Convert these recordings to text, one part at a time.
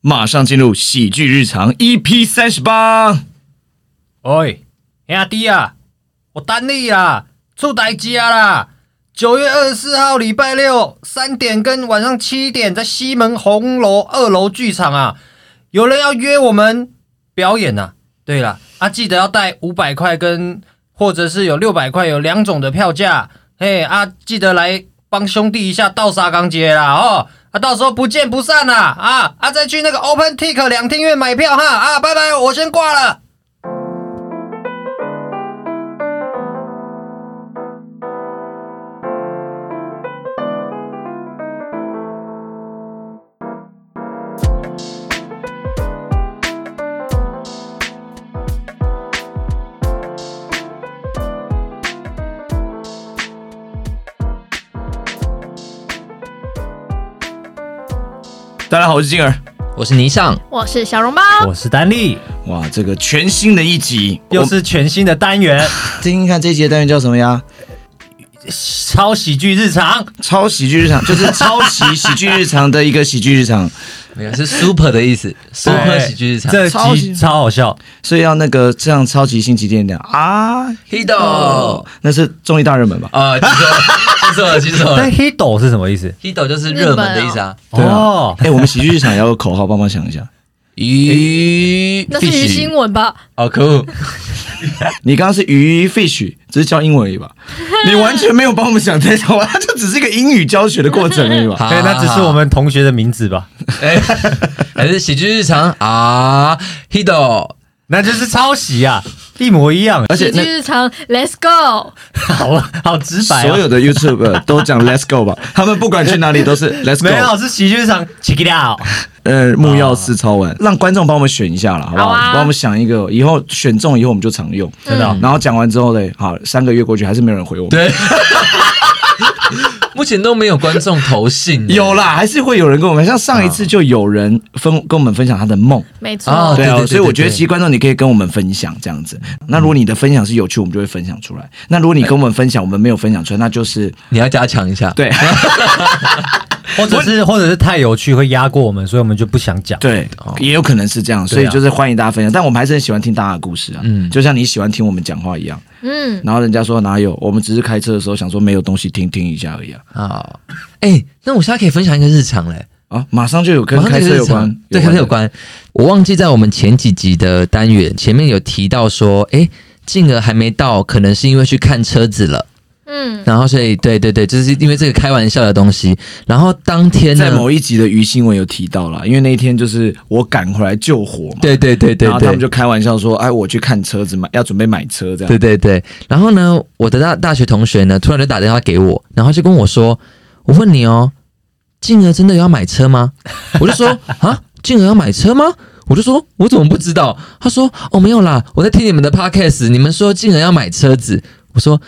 马上进入喜剧日常 EP 三十八。喂，兄弟啊，我等你啊，出代志啊啦！九月二十四号礼拜六三点跟晚上七点在西门红楼二楼剧场啊，有人要约我们表演呐、啊。对了，啊记得要带五百块跟或者是有六百块，有两种的票价。嘿啊，记得来帮兄弟一下倒沙钢街啦哦。啊，到时候不见不散啦！啊啊，再去那个 Open Tick 两厅院买票哈！啊，拜拜，我先挂了。大家好，我是金儿。我是霓尚，我是小笼包，我是丹力，哇，这个全新的一集，又是全新的单 元听听看这一节单元叫什么呀？超喜剧日常。我超喜剧日常， 就是抄袭喜剧日常的一个喜剧日常，没有，是 super 的意思，super 喜剧日常。这超喜集超好笑，所以要那个这样超级星期天的啊，哦哦 Hido，那是综艺大热门 吧？呃，记 错了，记错了，记错了但。Hido 是什么意思？ Hido 就是热门的意思啊。对啊哦，哎、我们喜剧日常也要有口号，帮忙想一下。鱼，那是鱼新闻吧？好可恶！你刚刚是鱼 fish，只是教英文而已 吧？你完全没有帮我们想这套，它 就只是一个英语教学的过程而已吧？好对，哎那只是我们同学的名字吧？哎， 还是喜剧日常啊，Hido，那就是抄袭啊，一模一样。而且喜那剧日常，Let's go！好了，好直白所啊有！的 YouTube 呃都讲 Let's go 吧， 他们不管去哪里都是 Let's 没 go。有，是喜剧日常，check it out。呃，木曜四超玩，让观众帮我们选一下了，好不好？好啊帮我们想一个，以后选中以后我们就常用。嗯真的哦然后讲完之后嘞，好，三个月过去还是没有人回我们。对， 目前都没有观众投信，有啦，还是会有人跟我们，像上一次就有人分跟我们分享他的梦，没错，啊对对对啊，对所以我觉得对其实观众你可以跟我们分享这样子。那如果你的分享是有趣，我们就会分享出来。那如果你跟我们分享，我们没有分享出来，那就是你要加强一下。对或者是或者是太有趣会压过我们，所以我们就不想讲。对，哦也有可能是这样，所以就是欢迎大家分享。但我们还是很喜欢听大家的故事啊，嗯，啊嗯就像你喜欢听我们讲话一样。嗯，然后人家说哪有，我们只是开车的时候想说没有东西听听一下而已啊。好，哎，那我现在可以分享一个日常嘞。啊，马上就有跟马上开就车是有场关，对开车有。关。我忘记在我们前几集的单元前面有提到说，诶，静儿还没到，可能是因为去看车子了。嗯，然后所以对对对，就是因为这个开玩笑的东西。然后当天在呢，某一集的鱼新闻有提到啦，因为那一天就是我赶回来救火嘛，对对对对然后他对们就。开玩笑说，哎，我去看车子买，要准备买车这样。对对对，然后呢，我的大大学同学呢，突然就打电话给我，然后就跟我说：“我问你哦，静儿真的要买车吗？”我就说：“ 啊，静儿要买车吗？”我就说：“我怎么不知道？”他说：“哦，没有啦，我在听你们的 podcast，你们说静儿要买车子。”我说：“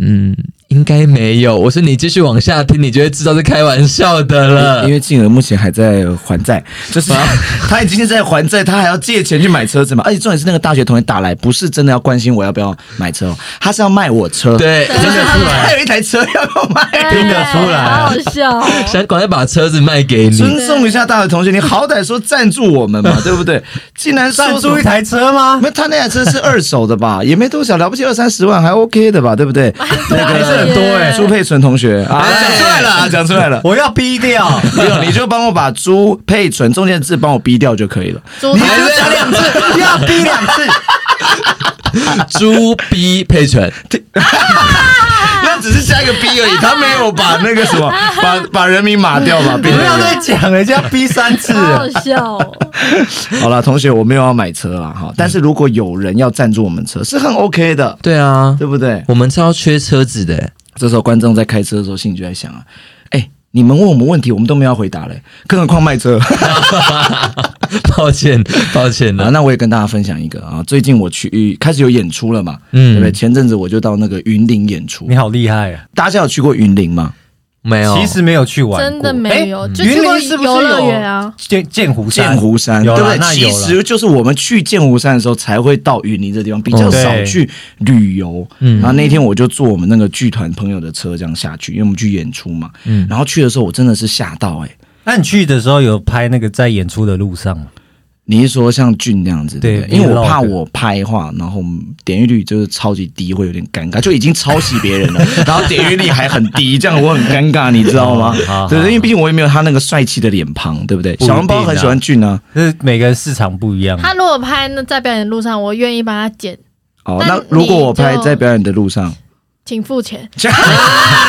嗯，应该没有。”我说：“你继续往下听，你就会知道是开玩笑的了。”嗯因为静儿目前还在还债，就是啊 他已经在还债，他还要借钱去买车子嘛。而且重点是那个大学同学打来，不是真的要关心我要不要买车哦，他是要卖我车。，对，真的出来还有一台车要不要卖？哎听得出来好好 笑哦。 想赶快把车子卖给你。尊重一下大学同学，你好歹说赞助我们 嘛，对不对？竟然说赞什么助一台车吗？没，他那台车是二手的吧，也没多少，了不起二三十万，还 OK 的吧，对不对？对还是很多哎朱佩纯同学啊，哎讲出来了啊，讲出 来了。我要逼掉。没有，你就帮我把朱佩纯中间的字帮我逼掉就可以了。猪头还是两次，要逼两次，猪逼配犬，那只是加一个逼而已，他没有把那个什 么，把把人名码掉吧。不不要再讲了，就要逼三次。好好笑哦。好了，同学，我没有要买车啦哈，但是如果有人要赞助我们车，是很 OK 的，对啊，对不对？我们超缺车子的，这时候观众在开车的时候，心里就在想啊，哎，你们问我们问题，我们都没有要回答嘞，更何况卖 车。抱 歉，抱歉啊，了。那我也跟大家分享一个啊，最近我去开始有演出了嘛，嗯对不对？前阵子我就到那个云林演出你，好厉害啊！大家有去过云林吗？没有，其实没有去玩过，真的没有诶就去云过林是不是游乐有园啊剑剑湖山剑湖山，有对啦不对？那有其啦实就是我们去剑湖山的时候才会到云林这地方，比较嗯少对去旅游。嗯然后那天我就坐我们嗯那个剧团朋友的车这样下去，因为我们去演出嘛。然后去的时候我真的是吓到哎、那你 去的时候有拍那个在演出的路上吗？你是说像俊那样子，对对不对，因为我 vlog 怕我拍的话，然后点阅率就是超级低，会有点尴 尬，就已经抄袭别人了，然后点阅率还很低，这样我很尴尬，你知道 吗哦好好？对，因为毕竟我也没有他那个帅气的脸庞，对不对？不一定啊小笼包很喜欢俊啊，就是每个人市场不一样。他如果拍那在表演路上，我愿意帮他剪，哦，但那如果我你就拍在表演的路上，请付钱。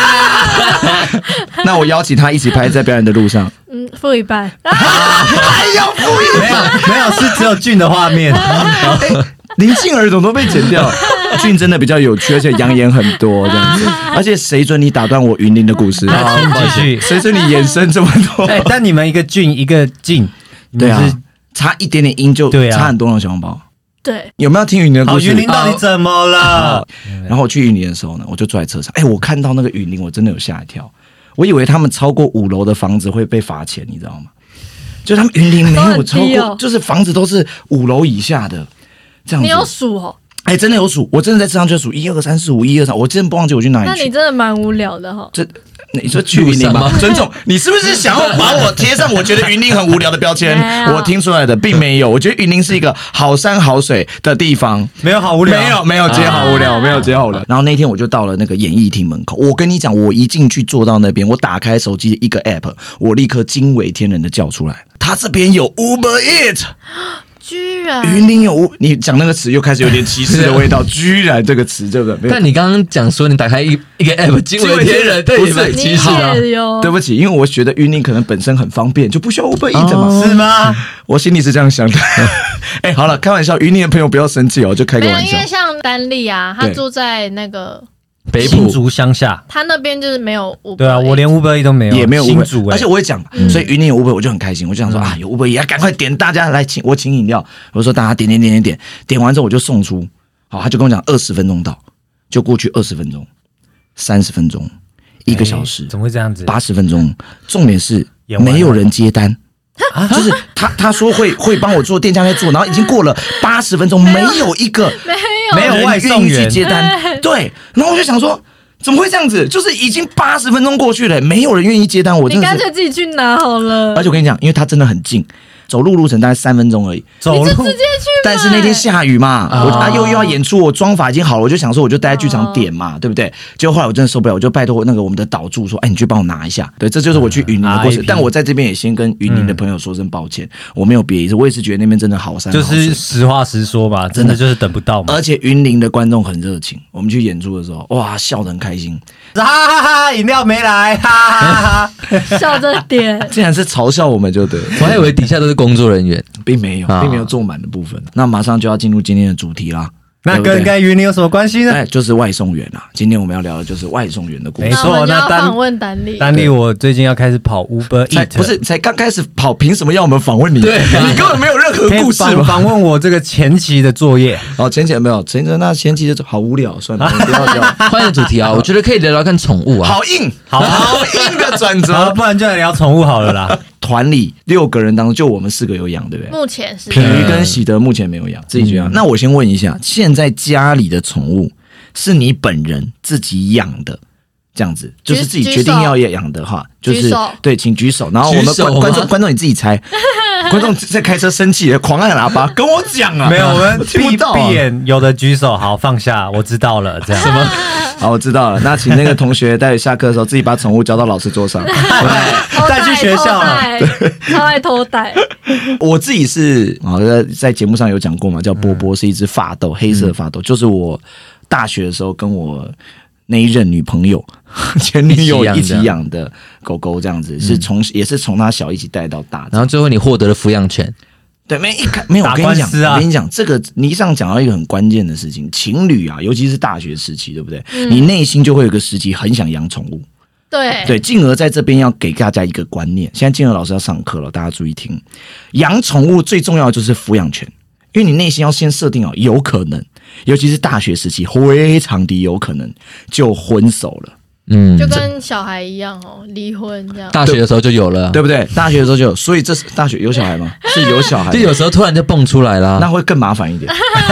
那我邀请他一起拍在表演的路上，嗯，付一半。哎呀，不一没有没有，是只有俊的画 面。林静儿怎么都被剪掉了？俊真的比较有趣，而且扬言很多这样子，而且谁准你打断我云林的 故事？好，嗯继续。 谁准你延伸这么多？哎，但你们一个俊一个静，你对们啊是，差一点点音就对啊差很多了，小红包。对，有没有听雨林的好，故云林事？到底怎么了？然后我去云林的时候呢，我就坐在车上，哎、我看到那个雨林，我真的有吓一跳，我以为他们超过五楼的房子会被罚钱，你知道吗？就他们云林没有超都很低过，哦就是房子都是五楼以下的这样嗯你有子。数哦。哎、真的有数，我真的在车上就数一二三四五一二三，我真的不忘记我去哎哪那里你去。真的蛮无聊的哦哈。这你说去云林路吗上？吗尊重，你是不是想要把我贴上我觉得云林很无聊的标签 没？有我听出来的并没有，我觉得云林是一个好山好水的地方。没有，好无聊。没有，没有，姐好无聊，没有姐好无聊。啊然后那天我就到了那个演艺厅门口，我跟你讲，我一进去坐到那边，我打开手机一个 app，我立刻惊为天人的叫出来，他这边有 Uber Eat，居然云林有 U，你讲那个词又开始有点歧视的味 道，居然这个词对不对？没有但你刚刚讲说你打开一一个 app 惊为天人，对，啊不你是蛮你歧视的。也有对不起，因为我觉得云林可能本身很方便，就不需要 Uber Eat 嘛。是吗？我心里是这样想的。 哎、好了，开玩笑，云林的朋友不要生气哦，就开个没有，玩因笑为。像丹丽啊，她对住在那个，北新浦，竹乡下。她那边就是没有五。对啊，我连五百亿都没有，也没有新 Uber，竹哎，而且我也讲，所以云林有 Uber 我就很开心，我就想说啊，有 Uber 也赶快点，大家来请我请饮料，我说大家点点点点点，点完之后我就送出，好，他就跟我讲二十分钟到，就过去二十分钟、三十分钟、一个小时哎、怎么会这样子？八十分钟，重点是演完了没有人接单。啊就是他，他说会会帮我做店家在做，然后已经过了八十分钟，没有一个没有没有哦人外送愿意去员接 单，对。然后我就想说，怎么会这样子？就是已经八十分钟过去了，欸没有人愿意接单，我真你的干是。脆自己去拿好了。 而且我跟你讲，因为它真的很近，走路路程大概三分钟而已。走路直接去买。但是那天下雨嘛，哦我啊又又要演出，我妆发已经好了，我就想说我就待在剧哦场点嘛，对不对？结果后来我真的受不了，我就拜托那个我们的导助说，哎，你去帮我拿一下。对，这就是我去嗯云林的过程。 RIP 但我在这边也先跟云林嗯的朋友说声抱歉，我没有别意思，我也是觉得那边真的好山好就水。是实话实说吧，真的就是等不到嘛。而且云林的观众很热情，我们去演出的时候，哇，笑得很开心，呃哈哈哈，饮料没来，哈哈哈。笑着点，竟然是嘲笑我们就 对了。我还以为底下都是工作人 员。并没有，啊并没有坐满的部分。那马上就要进入今天的主题啦。那对不对跟跟云林有什么关系呢？哎，就是外送员啊！今天我们要聊的就是外送员的故没事。那错我们就那要丹访问丹丽。丹丽，我最近要开始跑 Uber 才 Eat，不是才刚开始跑，凭什么要我们访问你？对 你根本没有任何可以故事访嘛。访问我这个前期的作 业。哦，前期有没有，前期那前期就 好无聊，算了，我们不要聊。换一个主题啊，我觉得可以聊聊看宠物啊。好硬，好硬的转好，折。不然就来聊宠物好了啦。团里六个人当中，就我们四个有养，对不对？目前是 嗯品鱼跟喜德目前没有养，自己去嗯养。那我先问一下，现在家里的宠物是你本人自己养的？这样子就是自己决定要养的话，就举是手对，请举手。然后我们举手观吗观众观众你自己 猜，观众在开车生气了，狂按喇叭，跟我讲啊！ 没有，我 们 听不闭到啊闭眼，有的举手，好放下，我知道了，这样 什么？好，我知道了。那请那个同学待会下课的时候，自己把宠物交到老师桌 上。偷带去学啊校了。偷带超爱偷带， 我自己是啊，在在节目上有讲过嘛，叫波波，是一只发豆，黑色的发豆，就是我大学的时候跟我那一任女朋友、 前女友一一起起养的养的狗狗，这样子是从也是从它小一起带到大的。然后最后你获得了抚养权，对，没一看没有，我打跟你官司讲，啊我跟你讲，这个你上讲到一个很关键的事情，情侣啊，尤其是大学时期，对不对？你内心就会有个时期很想养宠物，对 对，进而在这边要给大家一个观念，现在静儿老师要上课了，大家注意听。养宠物最重要的就是抚养权，因为你内心要先设定好，有可能，尤其是大学时期，非常的有可能就分手了，嗯就，跟小孩一样哦，离婚这样。大学的时候就有了，对不对？大学的时候就有，所以这是大学有小孩吗？嗯 是有小孩的，就有时候突然就蹦出来啦。那会更麻烦一 点，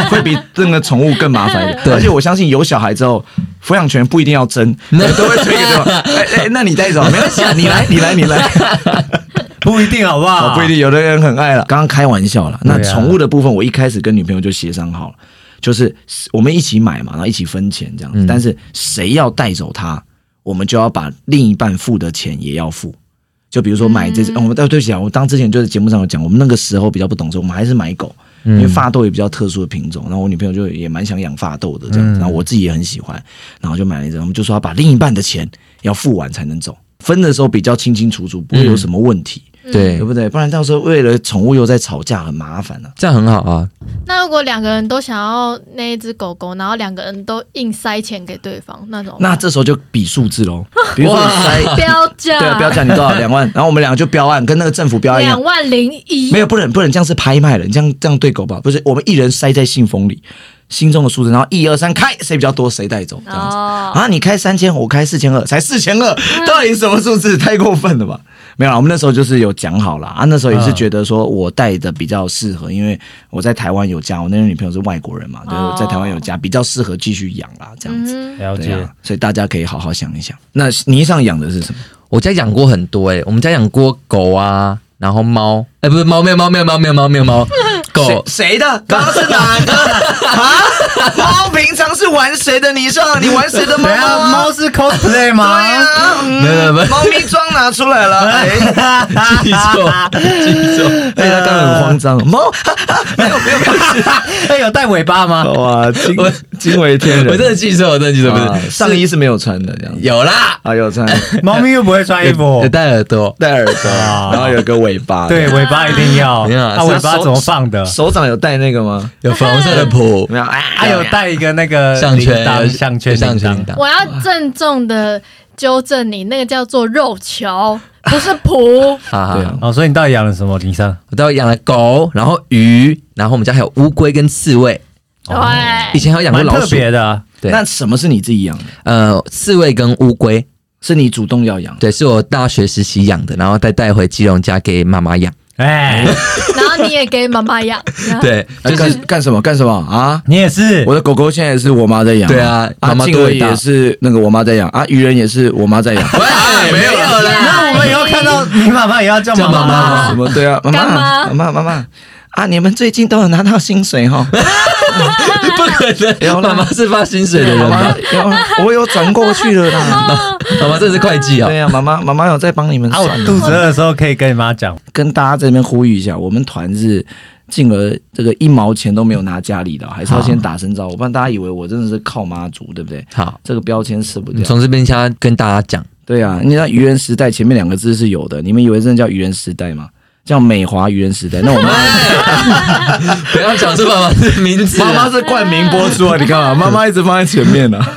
会比那个宠物更麻烦一点。对而且我相信有小孩之后，抚养权不一定要 争，都会推给对方。哎哎，那你带走，没关系，啊，你来，你来，你来。不一定好不好？啊，不一。定，有的人很爱了。刚刚开玩笑了。那对啊宠物的部分，我一开始跟女朋友就协商好了，就是我们一起买嘛，然后一起分钱这样子。嗯但是谁要带走它，我们就要把另一半付的钱也要付。就比如说买这只，嗯哦我们、对不起啊，我当之前就是节目上有讲，我们那个时候比较不懂事，我们还是买狗，因为发豆也比较特殊的品种。然后我女朋友就也蛮想养发豆的这样子，嗯然后我自己也很喜欢，然后就买了一只。我们就说要把另一半的钱要付完才能走，分的时候比较清清楚楚，不会有什么问题。对嗯对，不对？不然到时候为了宠物又在吵架，很麻烦啊。这样很好啊。那如果两个人都想要那一只狗狗，然后两个人都硬塞钱给对方，那种那这时候就比数字喽， 比如说你塞， 标价对啊，标价你多 少两万，然后我们两个就标案，跟那个政府标案一样两。万零一啊没，有，不能不能这样是拍卖了，你这样这样对狗吧？不是，我们一人塞在信封里，心中的数字，然后一二三开，谁比较多谁带走，这样子。哦啊，你开三千，我开四千二，才四千二，嗯到底什么数字？太过分了吧？没有啦，我们那时候就是有讲好了啊，那时候也是觉得说我带的比较适合，因为我在台湾有家，我那个女朋友是外国人嘛，对，哦我在台湾有家，比较适合继续养啦，这样子。嗯哼了对解啊，，所以大家可以好好想一想。那泥上养的是什么？我家养过很多欸诶、我们家养过狗啊，然后猫，哎、不是猫，没有猫，没有猫，没有猫，没有 猫，狗。谁谁的？刚刚是哪 个啊？猫平常是玩谁的泥上？你玩谁的猫等一下 啊？猫是 cosplay 吗？对啊，嗯没有没有没有猫咪装拿出来了。哎记错，啊记 错。 哎，他刚刚很慌 张，猫没有没有关系， 哎，有带尾巴 吗？ 哇，惊我惊为天我真的记错，我真的记错，啊不是上衣是没有穿的这样是子有啦，啊，有穿 猫咪又不会穿衣服有，戴耳朵，戴耳朵，然后有个尾巴，对，，尾巴一定要。没有啊那是尾巴怎么放的？手掌有戴那个吗？有粉红色的 蹼，没有，哎，啊还有带一个那个项呃铃铛圈，有啊项圈，有项圈铃铃铛。铛。我要郑重的纠正你，那个叫做肉球，不是蹼。好好对好啊，哦，所以你到底养了什么？林上我都养了狗，然后鱼，然后我们家还有乌龟跟刺猬，以哦对，前还有养过蛮老特鼠。别的啊。对那什么是你自己养的？呃，刺猬跟乌龟，是你主动要养的？对，是我大学时期养的，然后再带回基隆家给妈妈养。 哎， 然后你也给妈妈 养，对，啊干干什么干什么啊？你也是我。的狗狗现在也是我妈在养，对啊妈妈啊，多静儿伟大也是那个我妈在养啊，愚人也是我妈在 养，啊喂，没有啦，那我们以后看到你妈妈也要叫妈叫妈妈妈什么对啊啊，妈干妈妈妈妈妈妈啊，你们最近都有拿到薪水哈？不可能，有啦妈妈是发薪水的啊妈人妈吗？有，我有转过去了啦。妈妈这是会计哦对。呀、妈妈妈妈有在帮你们啊，我算、肚子饿的时候可以跟你妈讲。跟大家这边呼吁一下，我们团是进而这个一毛钱都没有拿家里的，还是要先打声招呼，不然大家以为我真的是靠妈族，对不嗯对？啊好，这个标签撕不你掉。从这边先要跟大家讲，对啊，你知道愚人时代前面两个字是有的，你们以为真的叫愚人时代吗？叫美华愚人时代，那 我妈不要讲出妈妈的名字啊。是冠名播出啊，你看嘛，妈妈一直放在前面呢、 啊。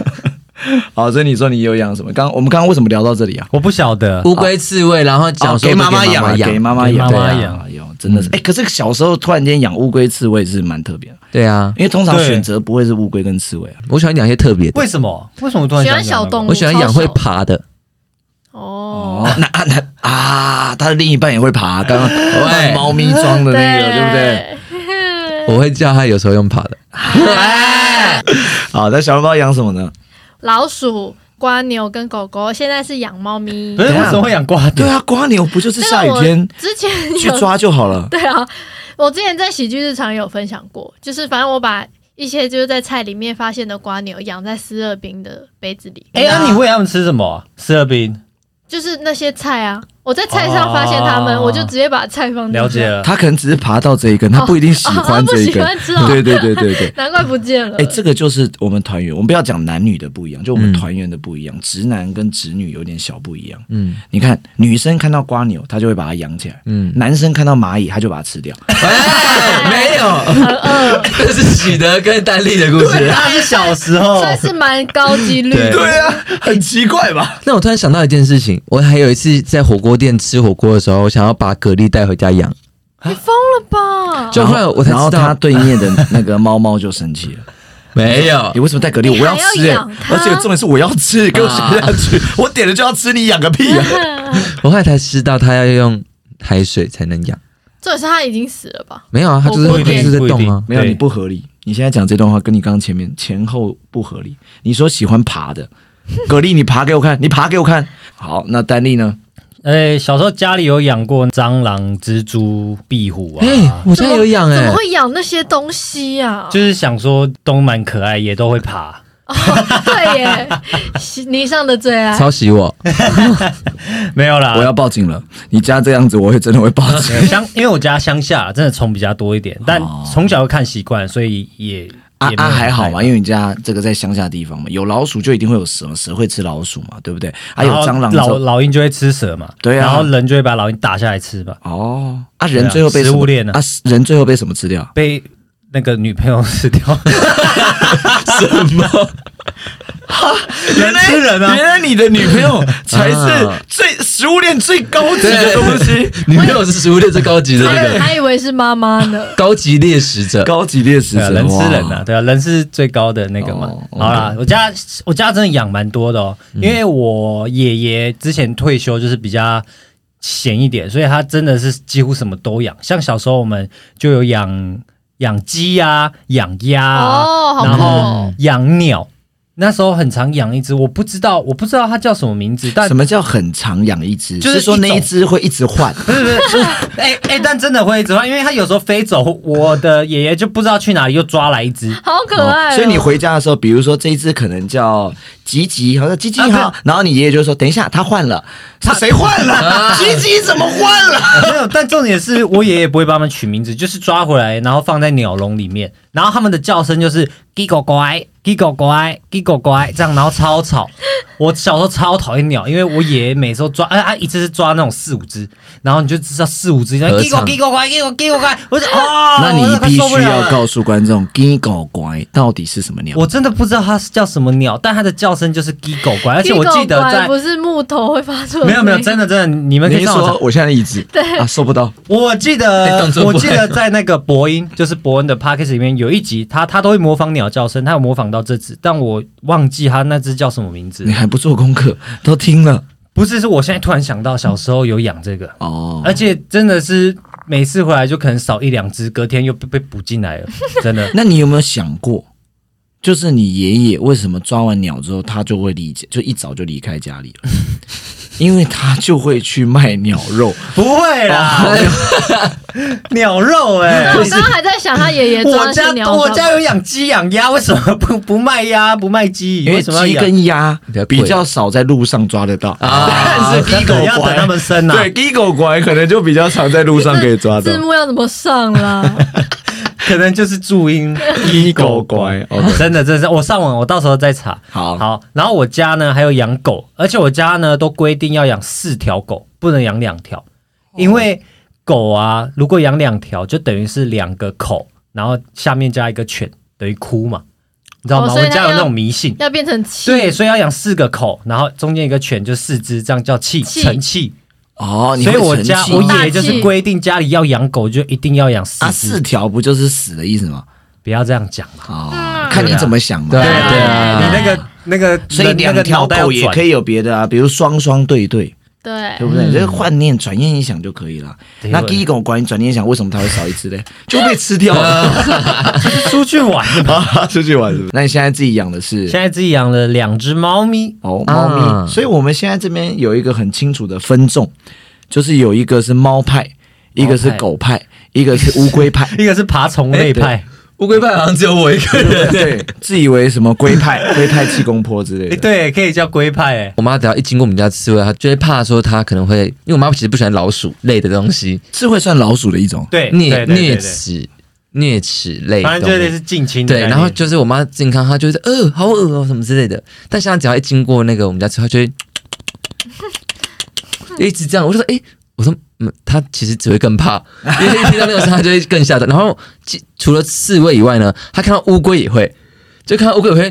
好，所以你说你有养什么？刚我们刚刚为什么聊到这里啊？我不晓得，乌龟、刺猬，然后讲哦说给都妈妈妈养啊，给养，妈妈给养，妈妈对啊养有真的是。哎、可是小时候突然间养乌龟、刺猬是蛮特别的，对啊，因为通常对选择不会是乌龟跟刺猬啊。我喜欢养一些特别的，为什么？为什么突然喜想欢讲小那个动物，我喜欢养嗯超会小爬的。哦哦，，那啊那啊，他的另一半也会爬，刚刚 喂猫咪装的那个，对不对？？我会叫他有时候用 爬的，好，啊那小笼包养什么呢？老鼠、瓜牛跟狗狗，现在是养猫咪不。是为什么会养瓜对子？啊，瓜牛不就是下雨天那我之前去有抓就好 了？对啊，我之前在喜剧日常有分享过，就是反正我把一些就是在菜里面发现的瓜牛养在湿热冰的杯子里。哎，那你喂它们吃什么啊？十二冰。就是那些菜啊，我在菜上发现它们，哦我就直接把菜放进去。了解，了。他可能只是爬到这一根，他不一定喜欢啊这 一根。哦他不喜欢吃哦对对对对对。难怪不见了。哎、这个就是我们团员，我们不要讲男女的不一样，就我们呃嗯团员的不一样，直男跟直女有点小不一样。嗯你看，女生看到瓜牛，她就会把它养起来；嗯，男生看到蚂蚁，他就把它吃掉。哎，没 有，这是喜德跟丹丽的故 事。那是小时候， 算是蛮高几率的。对啊，很奇怪 吧？那我突然想到一件事情，我还有一次在火锅店吃火锅的时候，我想要把蛤蜊带回家养，你疯了吧？ 就后来我才然后知他道，对面的那个猫猫就生 气了：没有你，为什么带蛤蜊？你我还要吃、欸养，它而且重点是我要吃，给我吃啊下去。我点了就要吃，你养个 屁啊！我后来才知道他要用海水才能养。重点是它已经死了吧？没有啊，他就是哦不一会定就是在动啊。没有，对你不合理。你现在讲这段话跟你刚刚前面前后不合理。 你说喜欢爬的蛤蜊，你爬给我看，你爬给我看。好，那丹丽呢？哎，小时候家里有养过蟑螂、蜘蛛、壁虎嗯啊，哎，我家有养怎哎么，会养那些东西啊呀、就是想说都蛮可爱，也都会爬。 对耶，泥上的啊最爱。抄 袭我，没有啦，我要报警了！你家这样子，我会真的会报 警。对乡，因为我家乡下真的虫比较多一点，但从小就看习惯，所以也哦啊也没有啊，还好很害嘛，因为你家这个在乡下地方嘛，有老鼠就一定会有蛇嘛，蛇会吃老鼠嘛，对不对？还有然后蟑螂之老后。老鹰就会吃蛇嘛，对啊然后人就会把老鹰打下来吃嘛，哦，啊，对人啊最后被什食么物链啊啊，人最后被什么吃掉？被那个女朋友 吃掉，原来吃人啊原来你的女朋友才啊是最食物链最高级的东西， 女朋友是食物链最高级的 那还个，还以为是妈妈呢 高级猎食者，高级猎食对啊，者，人吃哇人啊，。对啊，人是最高的那个嘛哦。嗯好啦，我家我家真的养蛮多的哦，因为我爷爷之前退休就是比较闲一点，所以他真的是几乎什么都养。像小时候我们就有养养鸡呀、养鸭哦啊，好然酷后哦养鸟。那时候很常养一只，我不知道，我不知道它叫什么名字，但什么叫很常养一只？就是是说一种那一只会一直换，不是不是，不是哎哎，但真的会一直换，因为它有时候飞走，我的爷爷就不知道去哪里，又抓来一只，好可爱、哦哦所以你回家的时候，比如说这一只可能叫吉吉，好像吉吉啊好，然后你爷爷就说：“等一下，他换了，他谁换 了？吉吉怎么换了没有，但重点是我爷爷不会帮他们取名字，就是抓回来，然后放在鸟笼里面，然后他们的叫声就是“叽狗乖，叽狗乖，叽狗乖”这样，然后超吵。我小时候超讨厌鸟，因为我爷爷每次都抓，哎、啊，一次是抓那种四五只，然后你就知道四五只，然后合叽狗唱叽狗乖，叽狗叽狗乖，我 就哦，？” 那我你真的快必受不须了要了告诉观众，金狗乖到底是什么鸟？我真的不知道它是叫什么鸟，但它的叫声就是“叽狗乖”，而且我记得屁股管在不是木头会发出的声音，没有没有真的真的，你们可以你上网查说我现在的椅子 对啊，收不到，我记哎得动，作不我会记得在那个博音，就是伯恩的 p o d c a s t 里面有一集，他他都会模仿鸟叫声，他有模仿到这只，但我忘记他那只叫什么名字你。还不做功课，都听了不是，是我现在突然想到小时候有养这个，哦。。而且真的是每次回来就可能少一两只，隔天又被被补进来了， 真的那你有没有想过，就是你爷爷为什么抓完鸟之后，他就会离家，就一早就离开家里 了？因为他就会去卖鸟肉，不会啦， 鸟肉哎、那我刚刚还在想他爷爷抓我的家是 鸟我干家嘛有养鸡养鸭，为什么不不卖鸭不卖鸡？因为为什么要鸡养？跟鸭比较贵比较少在路上抓得到啊但是鸡狗要等乖，他们生 啊呐、对鸡狗乖可能就比较常在路上可以抓到字。幕要怎么上啦？可能就是注音鸡狗乖，OK 真的，真的，我上网，我到时候再查。好好，然后我家呢还有养狗，而且我家呢都规定要养四条狗，不能养两哦条，因为狗啊，如果养两条，就等于是两个口，然后下面加一个犬，等于哭嘛，你知道吗？哦所以我它家有那要种迷信，要变成气，对，所以要养四个口，然后中间一个犬就四只，这样叫气气成气。哦，你所以会我成家器我吗爷爷就大是气规定家里要养狗，就一定要养四啊只，四条不就是死的意思吗？不要这样讲嘛。哦，看你怎么想嘛。对啊对你啊那个那个，所以两条狗也可以。以有别的啊，比如双双对对。对对不对？就是换念转念一想就可以了。对那第一狗管你转念一想，为什么它会少一只嘞？就被吃掉了，出去玩嘛。 出去玩是不是？那你现在自己养的 现是在自己养了两只猫咪，。哦猫啊咪，所以我们现在这边有一个很清楚的分众，就是有一个是猫派，一个是狗派，一个是乌龟派一个是爬虫类派。乌龟派好像只有我一个人。对，自以为什么龟派、龟派气功坡之类诶的。哎对，可以叫龟派哎诶。我妈只要一经过我们家刺猬，她就会怕说她可能会，因为我妈其实不喜欢老鼠类的东西，智慧算老鼠的一种。对，啮对对对啮对，齿啮齿类的反东西，正就类似近亲的对，概念。然后 就是我妈健康，她就会说呃好恶哦、什么之类的。但现在只要一经过那个我们家之后，她就会一直这样。我就说哎、诶我说嗯，她其实只会更怕，因为一听到那个声，她就会更吓到。然后其除了刺猬以外呢，她看到乌龟也会。就看到乌龟也会，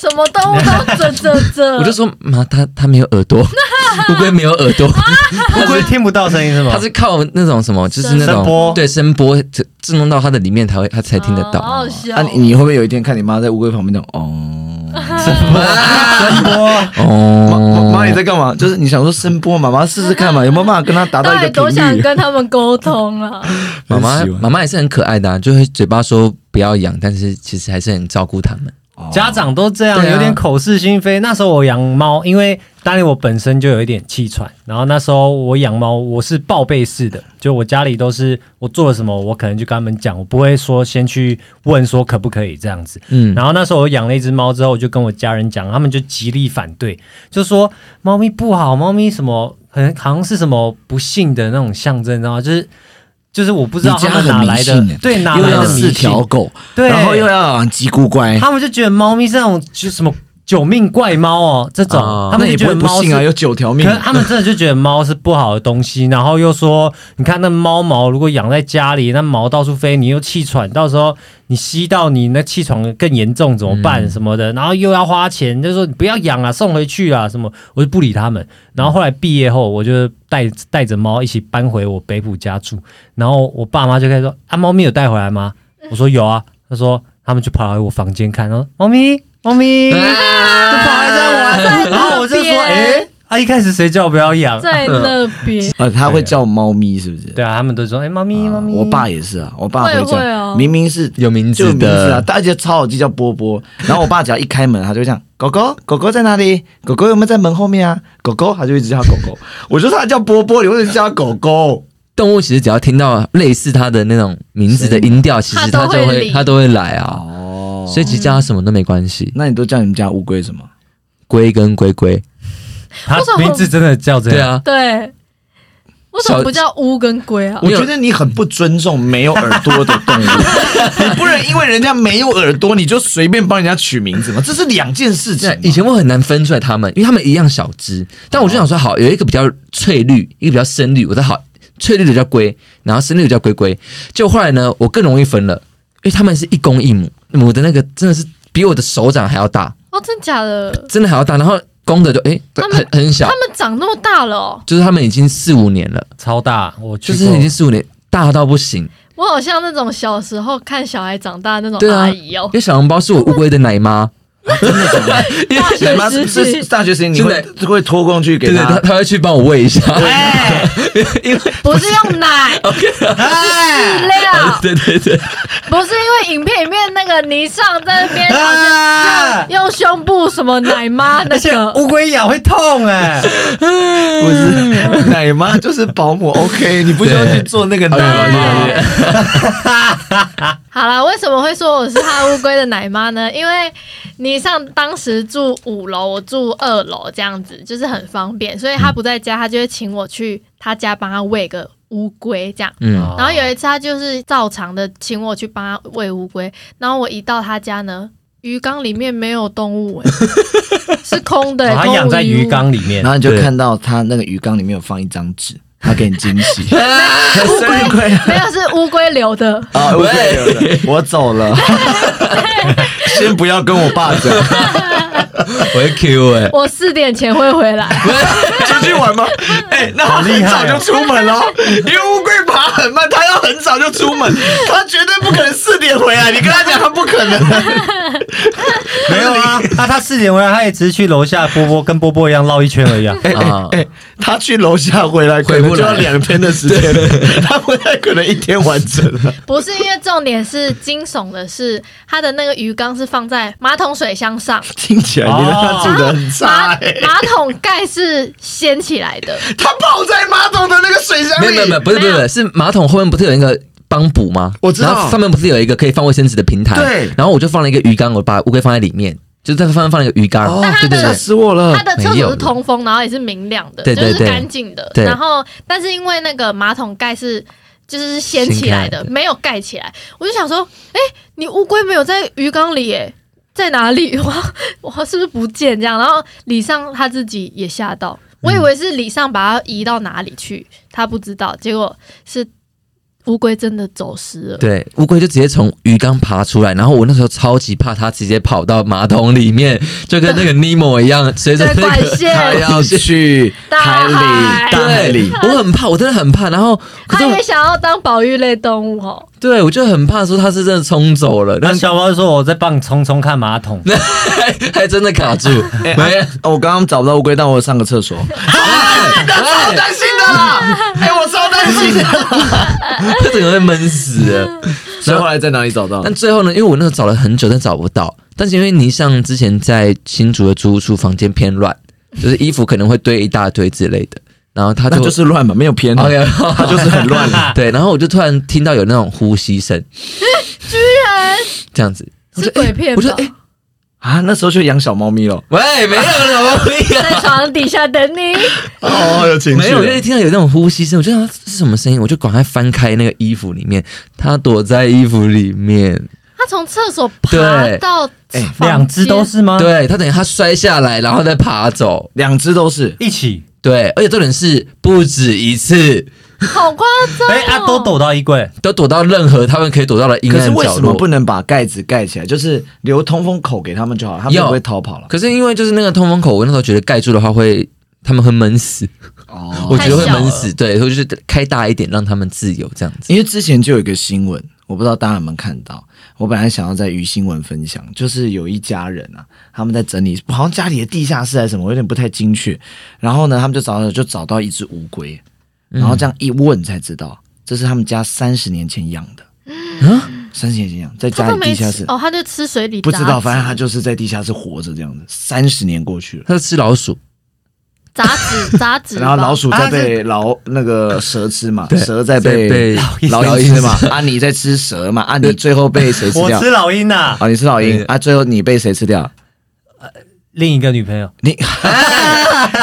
什么动物都啧啧啧。 我就说妈，它它没有耳朵，乌龟没有耳朵，乌龟听不到声音是吗？它是靠那种什么，就是那声波种对嗯声波震震动到它的里面才会，它才听得哦好到好。笑啊，你你会不会有一天看你妈在乌龟旁边那种哦？声波。妈妈妈，你哦，在干嘛？就是你想说声波嘛，妈妈试试看嘛，有没有办法跟她达到到一底个多想频率？跟他们沟通啊？妈妈很喜欢妈妈也是很可爱的、啊，就会嘴巴说不要养，但是其实还是很照顾它们。哦家长都这样，对啊有点口是心非。那时候我养猫，因为当然我本身就有一点气喘，然后那时候我养猫，我是报备式的，就我家里都是我做了什么，我可能就跟他们讲，我不会说先去问说可不可以这样子。嗯，然后那时候我养了一只猫之后，我就跟我家人讲，他们就极力反对，就说猫咪不好，猫咪什么很好像是什么不幸的那种象征，你知道吗？就是就是我不知道你家他们哪很迷来的信欸，对哪又来的要迷四信条狗，对然后又要养鸡姑乖，他们就觉得猫咪是那种就什么九命怪猫哦，这种、哦他那们也就不觉会得不猫信啊，是有九条命可。能他们真的就觉得猫是不好的东西，然后又说，你看那猫毛如果养在家里，那毛到处飞，你又气喘，到时候你吸到你那气喘更严重怎么嗯办什么的，然后又要花钱，就说你不要养啊，送回去啊什么，我就不理他们。然后后来毕业后，我就带带着猫一起搬回我北浦家住，然后我爸妈就开始说啊，猫咪有带回来吗？我说有啊，他说他们就跑来我房间看，然后猫咪猫 咪。就跑来在啊玩，然后我就说，哎、啊，一开始谁叫我不要养？在那边呃，他会叫猫咪是不是？ 对啊，他们都说，哎、猫咪，猫啊咪。我爸也是啊，我爸会会这会样，哦明明是有名字就有名字啊的，大家超好记叫波波。然后我爸只要一开门，他就会这样：狗狗，狗狗在哪里？狗狗有没有在门后面啊？狗狗，他就一直叫他狗狗。我说他叫波波，你为什么叫他狗狗？动物其实只要听到类似它的那种名字的音调，其实它它就都会会理它都会来啊。哦，所以其实叫它什么都没关系，那你都叫你们家乌龟什么？龟跟龟龟，他为什么名字真的叫这对样？啊，对，为什么不叫乌跟龟啊我？觉得你很不尊重没有耳朵的 动物，你不能因为人家没有耳朵，你就随便帮人家取名字嘛？这是两件事情对嘛。啊，以前我很难分出来它们，因为它们一样小只，但我就想说，好，有一个比较翠绿，一个比较深绿，我说好，翠绿的叫龟，然后深绿的叫龟龟。就后来呢，我更容易分了，因为它们是一公一母，母的那个真的是比我的手掌还要大，哦，真假的？真的还要大，然后公的就诶、它们很很小他，们长那么大了哦，就是它们已经四五年了，超大，我去就过。是已经四五年大到不行。我好像那种小时候看小孩长大那种对啊，阿姨因哦，为小笼包是我乌龟的 奶妈，大对吗？学是时是期大学时期你会真会拖过去对给对，他她，她会去帮我喂一下。哎不是用奶，是料， 对对对，不是因为影片里面那个霓裳在那边然后就就用胸部什么奶妈那而且个，乌龟咬会痛哎、 不是奶妈就是保姆，OK，你不需要去做那个奶妈。 好啦，为什么会说我是他乌龟的奶妈呢？ 因为你上当时住五楼，我住二楼，这样子就是很方便，所以他不在家，他就会请我去他家帮他喂个乌龟这样。嗯，哦然后有一次他就是照常的请我去帮他喂乌龟，然后我一到他家呢，鱼缸里面没有动物、 欸，是空的、欸，把它空哦养无在一物鱼，缸里面然，后你就对看到他那个鱼缸里面有放一张纸，他给你惊 喜。乌生日龟快乐 没有是乌龟留的， 啊！我我走 了，先不要跟我爸讲，我会 Q 哎、我四点前会回来。 出去玩吗？ 哎、那他好厉很害早哦就出门了， 因为乌龟爬很慢，他要很早就出 门，他绝对不可能四点回来。你跟他讲，他不可 能。没有啊？那他四点回来，他也只是去楼下波波跟波波一样绕一圈 而已啊。啊，哎他去楼下回来，可回不能就来要两天的时间，他回来可能一天完成了。不是因为重点是惊悚的是，它的那个鱼缸是放在马桶水箱上， 听起来你让他住的很马差、 欸，马桶盖是掀起来的，他泡在马桶的那个水箱没里。有没有没有，不是不是不是，是马桶后面不是有一个帮补吗？我知道然后上面不是有一个可以放卫生纸的平台？对然后我就放了一个鱼缸，我把乌龟放在里面，就在放放了一个鱼缸。哦它对对的吓对，死我了它！的厕没有所了是通风，然后也是明亮的，对对就是对干净的。对然后，但是因为那个马桶盖是就是是掀起来的， 掀开来的没有盖起来，我就想说，哎、你乌龟没有在鱼缸里耶、在哪里？我我是不是不见这样？然后李尚他自己也吓到，我以为是李尚把它移到哪里去，他不知道，结果是乌龟真的走失了。对，乌龟就直接从鱼缸爬出来，然后我那时候超级怕它直接跑到马桶里面，就跟那个尼莫一样，随着在那管个线，他要 去大海海里，大海里对，。我很怕，我真的很怕。然后，可是他我也想要当保育类动物哦。对我就很怕说它是真的冲走了，那但小猫说：“我在帮你冲冲看马桶。还还真的卡住，哎没有。啊我刚刚找不到乌龟，但我上个厕 所。超担心的啦！哎，我超担心的。他整个被闷死了。所以后来在哪里找到？但最后呢，因为我那时候找了很久，但找不到，但是因为倪尚之前在新竹的租屋处房间偏乱，就是衣服可能会堆一大堆之类的，然后他那就就是乱嘛，没有偏啊， OK， 它就是很乱啊了。 对，然后我就突然听到有那种呼吸声，居然这样子，我是说鬼哎片我说吧？哎啊，那时候就养小猫咪了，喂，没有什么不一 样。在床底下等你，哦，有情没有，我就听到有那种呼吸声，我就想是什么声音，我就赶快翻开那个衣服里面，他躲在衣服里面，他从厕所爬对到房两只都间是啊吗？，对他等于他摔下来，然后再爬走，两只都是，一起。对，而且重点是不止一次，好夸张、哦！哎，啊，都躲到衣柜，都躲到任何他们可以躲到的阴可是暗为角什么不落。能把盖子盖起来？就是留通风口给他们就好，他们要就不会逃跑了。可是因为就是那个通风口，我那时候觉得盖住的话会。他们会闷死，哦，我觉得会太小闷了死。对，所以就是开大一点，让他们自由这样子。因为之前就有一个新闻，我不知道大家有没有看到。我本来想要在于新闻分享，就是有一家人啊，他们在整理，好像家里的地下室还是什么，我有点不太精确。然后呢，他们就找到就找到一只乌龟，嗯然后这样一问才知道，这是他们家三十年前养的，啊，三十年前养在他家都里没地下吃室，哦，他就吃水里不知杂道，质反正他就是在地下室活着这样子。三十年过去了。他是吃老鼠，杂质杂质吧，然后老鼠啊在是被老那个蛇吃嘛，对蛇在在被被老老鹰鹰吃吃嘛，啊你在吃蛇嘛，啊你最后被谁吃我掉？吃老鹰呐，啊你吃老鹰对啊，最后你被谁吃掉？另一个女朋友。你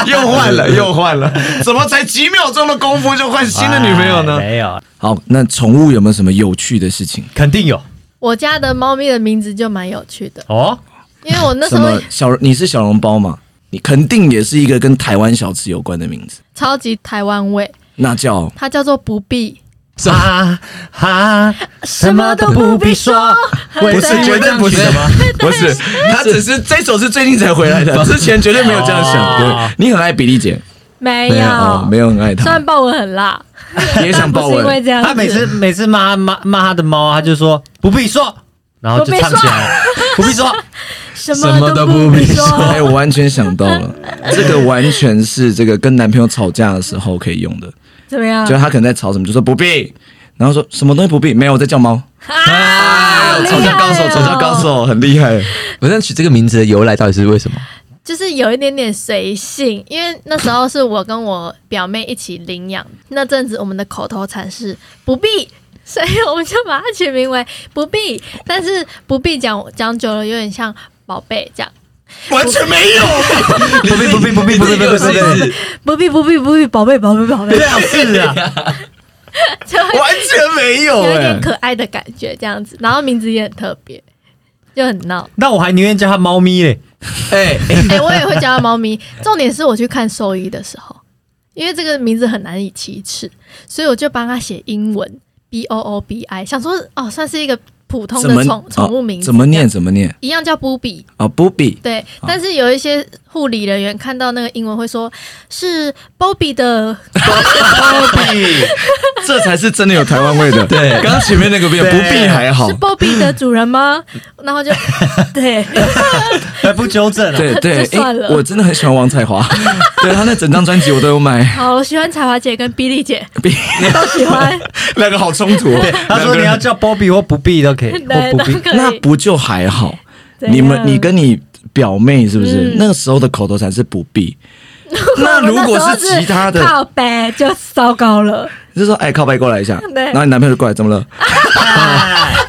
又换 了又换了，怎么才几秒钟的功夫就换新的女朋友呢哎？没有，好，那宠物有没有什么有趣的事情？肯定有我家的猫咪的名字就蛮有趣的，哦。因为我那时什么候小你是小笼包嘛？你肯定也是一个跟台湾小吃有关的名字，超级台湾味，那叫它叫做不必，啊啊！什么都不必说，不很在乎绝对不是这样觉得吗？不是，他只是这首是最近才回来的，之前绝对没有这样想。哦对，你很爱比利姐，没没有哦没有，有很爱虽她然，豹纹很辣，也想不抱是因为吻。这样子，他每次每次骂骂骂他的猫，啊他就说不必说，然后就唱起来了，不必 说。什什么么都都不不必必说说，哎，我完全想到了，这个完全是这个跟男朋友吵架的时候可以用的，怎么样就？他可能在吵什么，就说不必，然后说什么东西不必，没有，我在叫猫。啊，吵架高手，厉害哦吵架高，手，很厉害。我在取这个名字的由来到底是为什么？就是有一点点随性，因为那时候是我跟我表妹一起领养，那阵子我们的口头禅是不必。所以我们就把它取名为“不必”，但是“不必讲”讲久了有点像“宝贝”这样，完全没有，不必不必不必不必不必，不必不必不必，宝贝宝贝宝贝，对啊，是啊， 就会完全没有有欸一哎点。可爱的感觉这样子，然后名字也很特别，就很闹。那我还宁愿叫他猫咪嘞。哎、 哎、我也会叫它猫咪。重点是我去看兽医的时候，因为这个名字很难以启齿，所以我就帮它写英文 B O O B I，想说哦，算是一个普通怎的么宠宠物哦名字，怎么念？怎么念？一样叫 Booby。啊，不必。对，但是有一些护理人员看到那个英文会说，是 Bobby 的， 这才是真的有台湾味的。对刚刚前面那个不对不必还 好是。Bobby 的主人吗？ 然后就对，还不纠正啊？对对，就算了诶我真的很喜欢王彩华，对他那整张专辑我都有买，好，我喜欢彩华姐跟比利姐， 都喜欢， 两个好冲突、哦。他说你要叫 Bobby 或不必都可以，对，或都不必。可以。那不就还好？怎你们样你跟你表妹是不是、嗯那个时候的口头禅是不 必？那如果是其他的，靠背就糟糕了，你就说哎靠背过来一下， 对然后你男朋友就过来怎么了？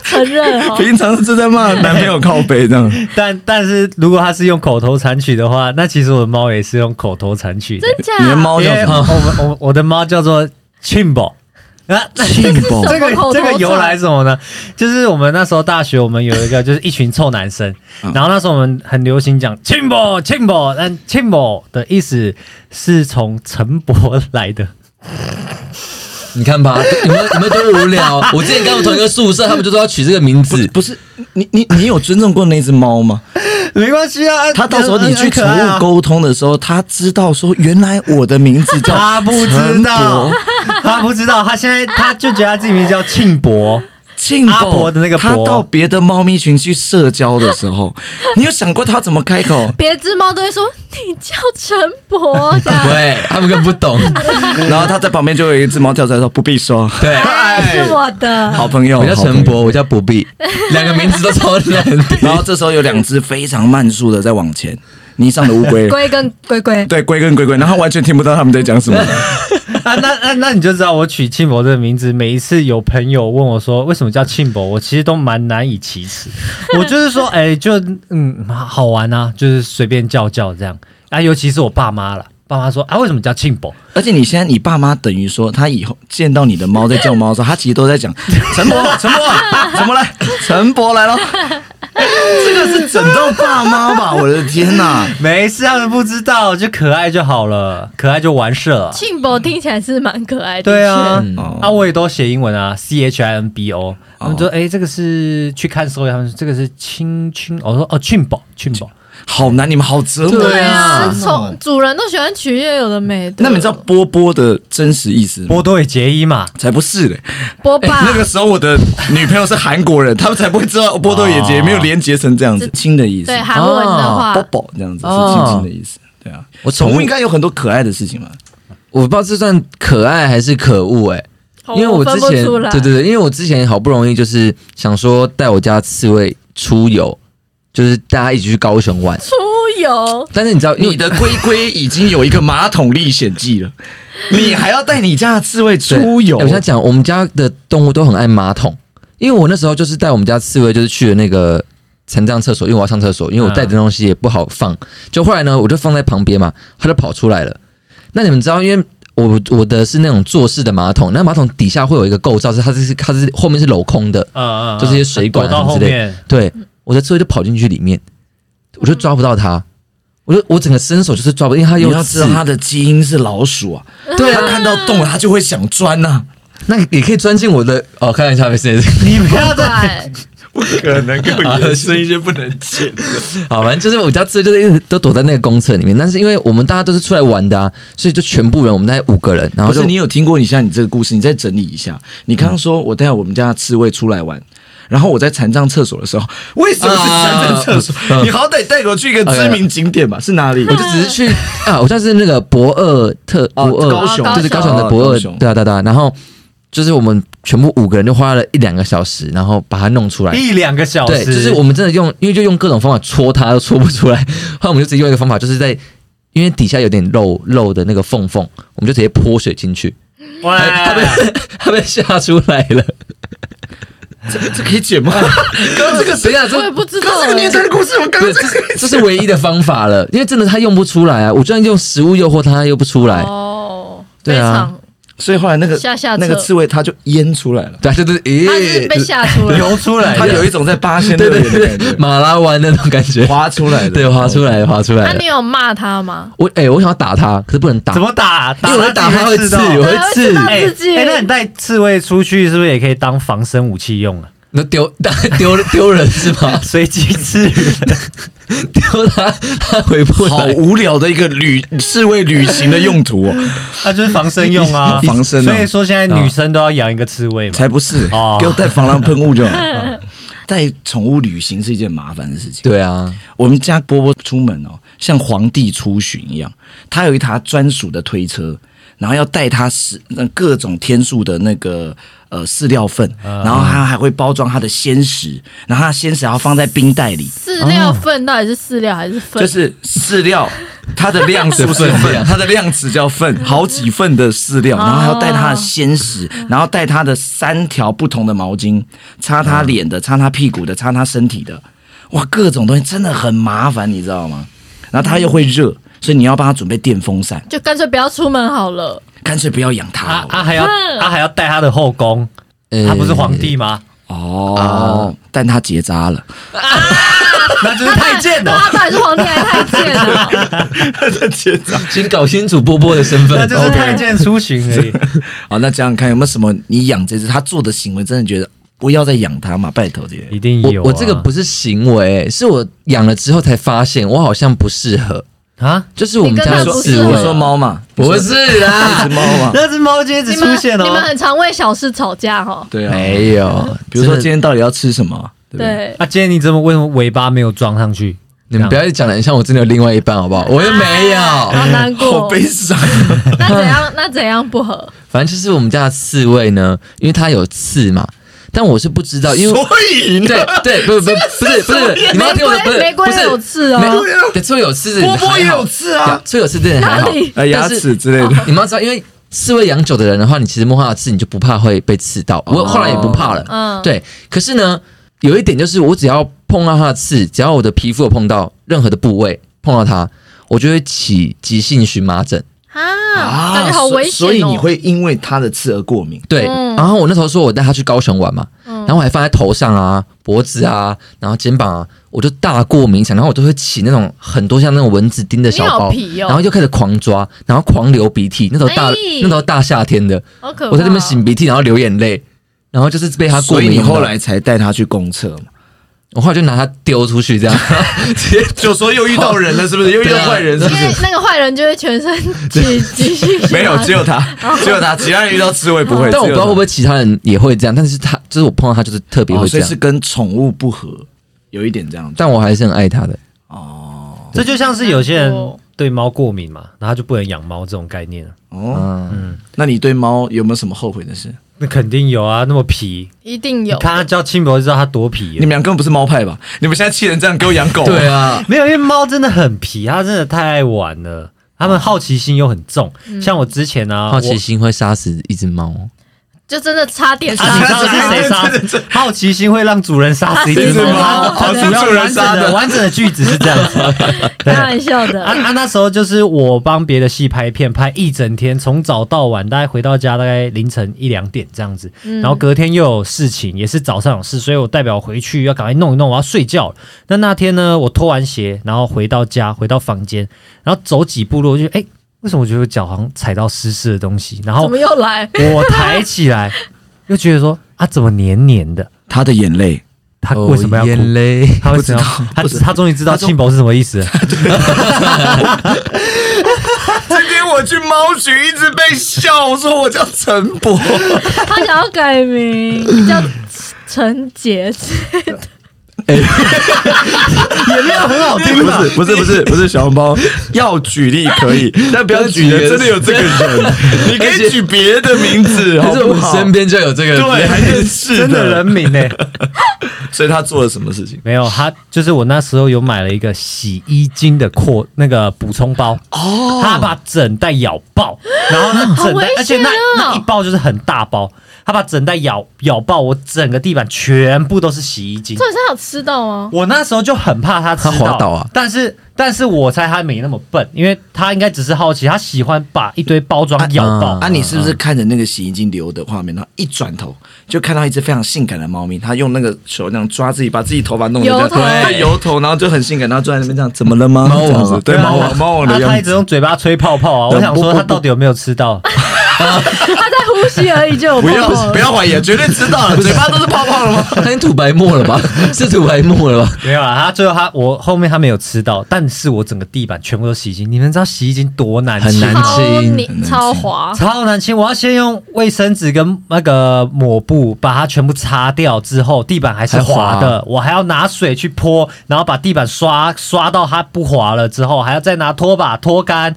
承认哦。 平常是在骂男朋友靠背 这样，但但是如果他是用口头禅取的话，那其实我的猫也是用口头禅取的。真假？你的猫因叫为什我么？们我我的猫叫做 Chimbo 啊， 庆宝什么这个口头这禅个由来是什么呢？就是我们那时候大学，我们有一个就是一群臭男生，嗯然后那时候我们很流行讲 Chimbo Chimbo，但 Chimbo 的意思是从陈伯来的。你看吧，你们你们多无聊。我之前跟我同一个宿舍，他们就说要取这个名字。，不是你你你有尊重过那只猫 吗？ 没关系啊，他到时候你去很宠可爱啊物沟通的时候，他知道说原来我的名字叫 他不知陈道博，他不知道，他现在他就觉得他自己名字叫庆博，性阿伯的那个伯他到别的猫咪群去社交的时候，你有想过他怎么开口？别只猫都会说你叫陈博的 对他们更不懂， 然后他在旁边就有一只猫跳出来说：“不必说，对。哎是我的，好朋友。”我叫好朋友陈博，我叫不必，两个名字都超难听。然后这时候有两只非常慢速的在往前，泥上的乌龟， 龟跟龟龟，对龟跟龟龟，然后完全听不到他们在讲什 么。 啊，那那那你就知道我取庆伯这个名字，每一次有朋友问我说为什么叫庆伯，我其实都蛮难以启齿。我就是说，哎、就嗯好玩啊，就是随便叫叫这样啊。尤其是我爸妈了，爸妈说啊为什么叫庆伯？而且你现在你爸妈等于说，他以后见到你的猫在叫猫的时候，他其实都在讲 陈博，陈博，怎么来？陈博来 了，这个是整到爸妈吧？我的天哪！没事，他们不知道，就可爱就好了，可爱就完事了。庆博听起来是蛮可爱的，对啊，哦啊，我也都写英文啊，C H I N B O。他们说，哎、这个是去看搜一下，他们说这个是亲亲，我说哦，庆宝，庆宝。好难，你们好折磨。对啊，宠主人都喜欢取悦有的没的。那你知道波波的真实意思吗？波多野结衣嘛，才不是嘞！波霸哎那个时候我的女朋友是韩国人，他们才不会知道波多野结没有连结成这样子，亲的意思。对韩文的话波，波这样子是哦亲亲的意思。对啊，我宠宠物物应该有很多可爱的事情嘛。我不知道这算可爱还是可恶哎、因为我分之不前出来。对对对，因为我之前好不容易就是想说带我家刺猬出游，就是大家一起去高雄玩，出游，但是你知道，因你为的龟龟已经有一个马桶历险记了， 你还要带你家的刺猬对出游哎我？想讲我们家的动物都很爱马桶，因为我那时候就是带我们家刺猬就是去了那个。残障厕所，因为我要上厕所，因为我带的东西也不好放。就后来呢，我就放在旁边嘛，它就跑出来了。那你们知道，因为我我的是那种坐式的马桶，那马桶底下会有一个构造，是它是它是后面是镂空的，呃，就是一些水管啊躲到什么后之类面，对，我的刺猬就跑进去里面，我就抓不到它，我就我整个伸手就是抓不到，因为它你又要知道它的基因是老鼠啊，对它啊，看到洞了它就会想钻呐、啊。那也可以钻进我的哦，开玩笑，没事没事，你不要再对，不可 能，跟你的声音就不能见。好，反正就是我家刺猬就是一直都躲在那个公厕里面，但是因为我们大家都是出来玩的啊，所以就全部人我们大概五个人，然后不就是你有听过你像你这个故事，你再整理一下。你刚刚说我带我们家的刺猬出来玩。然后我在残障厕所的时候，为什么是残障厕所？啊哎你好歹带我去一个知名景点吧？是哪里？我就只是去啊，我像是那个博二特哦博二，高雄就是高雄哦的博高二，雄对啊对啊对啊，然后就是我们全部五个人就花了一两个小时，然后把它弄出来，一两个小哎对，时，哦就是我们真的用，因为就用各种方法戳它都戳不出来， 后来我们就直接用一个方法，就是在因为底下有点漏漏的那个缝缝，我们就直接泼水进去， 哇，它被它被吓出来了。这这可以剪吗？刚刚这个 等一下， 我也哎这不知道这个年欸。代的故事，我刚不刚是这这个是这是唯一的方法了，因为真的它用不出来啊！我就算用食物诱惑它，它又不出来。哦，非对啊常，所以后来那个下下策那个刺猬，它就淹出来了，对啊，就是他是咦，被吓出来，啊流出来它有了。一种在八仙对乐哎园对的对感对，觉，马拉湾那种感觉，滑出来的，对，滑出来，滑出那来了啊你。有骂他吗？我哎，我想要打它，可是不能打怎，么打？因为我打它会自己刺，我到会对会刺，刺到哎自己哎，那你带刺猬出去，是不是也可以当防身武器 用啊？那丢丢丢人是 吗？随机刺人，丢它，它回不好来。无聊的一个旅刺猬旅行的用途哦， 那就是防身用 啊，防身啊所以说现在女生都要养一个刺猬嘛。才不是哦，给我带防狼喷雾 就好。带宠物旅行是一件麻烦的事情。对啊，我们家波波出门哦，像皇帝出巡一样，他有一台专属的推车，然后要带他食那各种天数的那个呃饲料份，然后他还会包装他的鲜食，然后他的鲜食还要放在冰袋里。饲料粪到底是饲料还是粪？就是饲料，它的量数是分份，它的量词叫份，好几份的饲料，然后还要带它的鲜食，然后带它的三条不同的毛巾，擦它脸的，擦它屁股的，擦它身体的，哇，各种东西真的很麻烦，你知道吗？然后它又会热，所以你要帮它准备电风扇，就干脆不要出门好了。干脆不要养它啊好了啊，还要嗯啊还要带他的后宫，哦呃他不是皇帝吗？哦，但它结扎了，那就是太监了。他到底是皇帝还是太监啊？结扎。先搞清楚波波的身份那。就是哦太监出巡而已。哦好，哦那想想看有没有什么你养这只它做的行为，真的觉得不要再养它嘛，拜托这 一定有、啊啊我我这个不是行为，是我养了之后才发现我好像不适合。啊，就是我们你家你跟它的说不刺是我说猬，猫嘛，不是一 啦只，猫嘛，那只猫今天只你出们现你们哦。很常为小事吵架哦。对啊。没有。 比如说真的今天到底要吃什么？对不对？对，啊，今天你怎么为什么尾巴没有装上去？你们不要一直讲的像我真的有另外一半好 不好？我又没有，哎好难好过。悲伤。啊 那怎样？那怎样不合？反正就是我们家的刺猬呢，因为它有刺嘛，但我是不知道，因为。以呢对对，不不不是不是，你们要听我的，不是玫瑰不是有刺哦没对，刺猬有刺，波波还也好有 刺 啊，刺猬有刺真的还好哪里，呃，牙但是齿之类 的。你们要知道，因为刺猬养久的人的话，你其实摸它的刺，你就不怕会被刺到。我后来也不怕了。嗯对，可是呢，有一点就是，我只要碰到它的刺，只要我的皮肤有碰到任何的部位，碰到它，我就会起急性荨麻疹。啊，感觉好危险哦。所以你会因为它的刺而过敏。对，嗯然后我那时候说我带它去高雄玩嘛，然后我还放在头上啊、脖子啊，然后肩膀啊，我就大过敏想，然后我都会起那种很多像那种蚊子叮的小包，你好皮哦然后就开始狂抓，然后狂流鼻涕。那时候大、哎那时候大夏天的，好可怕哦。我在那边擤鼻涕，然后流眼泪，然后就是被他所过以敏你用到。后来才带它去公厕嘛？我后来就拿它丢出去，这样直接就说又遇到人了，是不是？又遇到坏人，是因为？那个坏人就会全身起起起没有，只有 他，只有他，其他人遇到刺猬不会。但我不知道会不会会其他人也会这样，但是他就是我碰到他就是特别会这哦所以样，是跟宠物不合，有一点这样子。但我还是很爱他的。哦这就像是有些难人过对猫过敏嘛，然后他就不能养猫这种概念啊。哦，嗯，那你对猫有没有什么后悔的事？那肯定有啊，那么皮，一定你有。看他叫亲伯就知道他多皮啊你。们俩根本不是猫派吧？你们现在气成这样，给我养 狗？对，啊，没有，因为猫真的很皮，它真的太爱玩了。它们好奇心又很重，嗯像我之前啊，好奇我心会杀死一只猫。就真的差点啊，你知杀 道死是他。谁杀死？好奇心会让主人杀死一杀死一只只猫，猫好对主要主人完整杀的的完整的句子是这样子。开玩笑的啊，啊！那时候就是我帮别的戏拍片，拍一整天，从早到晚，大概回到家大概凌晨一两点这样子。嗯然后隔天又有事情，也是早上有事，所以我代表回去要赶快弄一弄，我要睡觉了。那那天呢，我脱完鞋，然后回到家，回到房间，然后走几步路，我就哎、为什么我觉得我脚好像踩到湿湿的东西？然怎后么又来？我抬 起来，又觉得说啊，怎么黏黏的？他的眼泪，他为什么要哦哭？眼泪？他为什么要不知道他不知道他终于知道庆宝是什么意思了。今天我去猫局一直被笑，我说我叫陈博，他想要改名叫陈杰，也没有很好听哦不吧？是不是不是不是小红包，要举例可 以，但不要举的真的有这个人， 你可以举别的名字，好 可是不我好？身边就有这个 对， 还认识真的人名呢、所以他做了什么事情？没有，他就是我那时候有买了一个洗衣精的扩那个补充包，哦，他把整袋咬爆，然后那整好袋危，而且那险哦那一包就是很大包，他把整袋咬咬爆，我整个地板全部都是洗衣精这。是有吃到吗？我那时候就很怕他吃他滑倒啊但是但是我猜他没那么笨，因为他应该只是好奇，他喜欢把一堆包装咬爆。啊，你是不是看着那个洗衣精流的画面，然后一转头就看到一只非常性感的猫咪，它用那个手那样抓自己，把自己头发弄得这样油头对油头，然后就很性感，然后坐在那边这样，怎么了吗？猫王啊这样子对啊猫王猫王的啊他样一直子，用嘴巴吹泡泡啊！对我想不说不他到底有没有吃到？他在呼吸而已就 有不要泡 泡了不要怀疑，绝对知道了，嘴巴都是泡泡了吗？他已经吐白沫了 吧？是吐白沫了吧？没有啊啦，他最后他我后面他没有吃到，但是我整个地板全部都洗衣精，你们知道洗衣精多难清很难吗清超很难黏清超滑，超难清，我要先用卫生纸跟那个抹布把它全部擦掉，之后地板还是滑还的，我还要拿水去泼，然后把地板刷刷到它不滑了之后，还要再拿拖把拖干。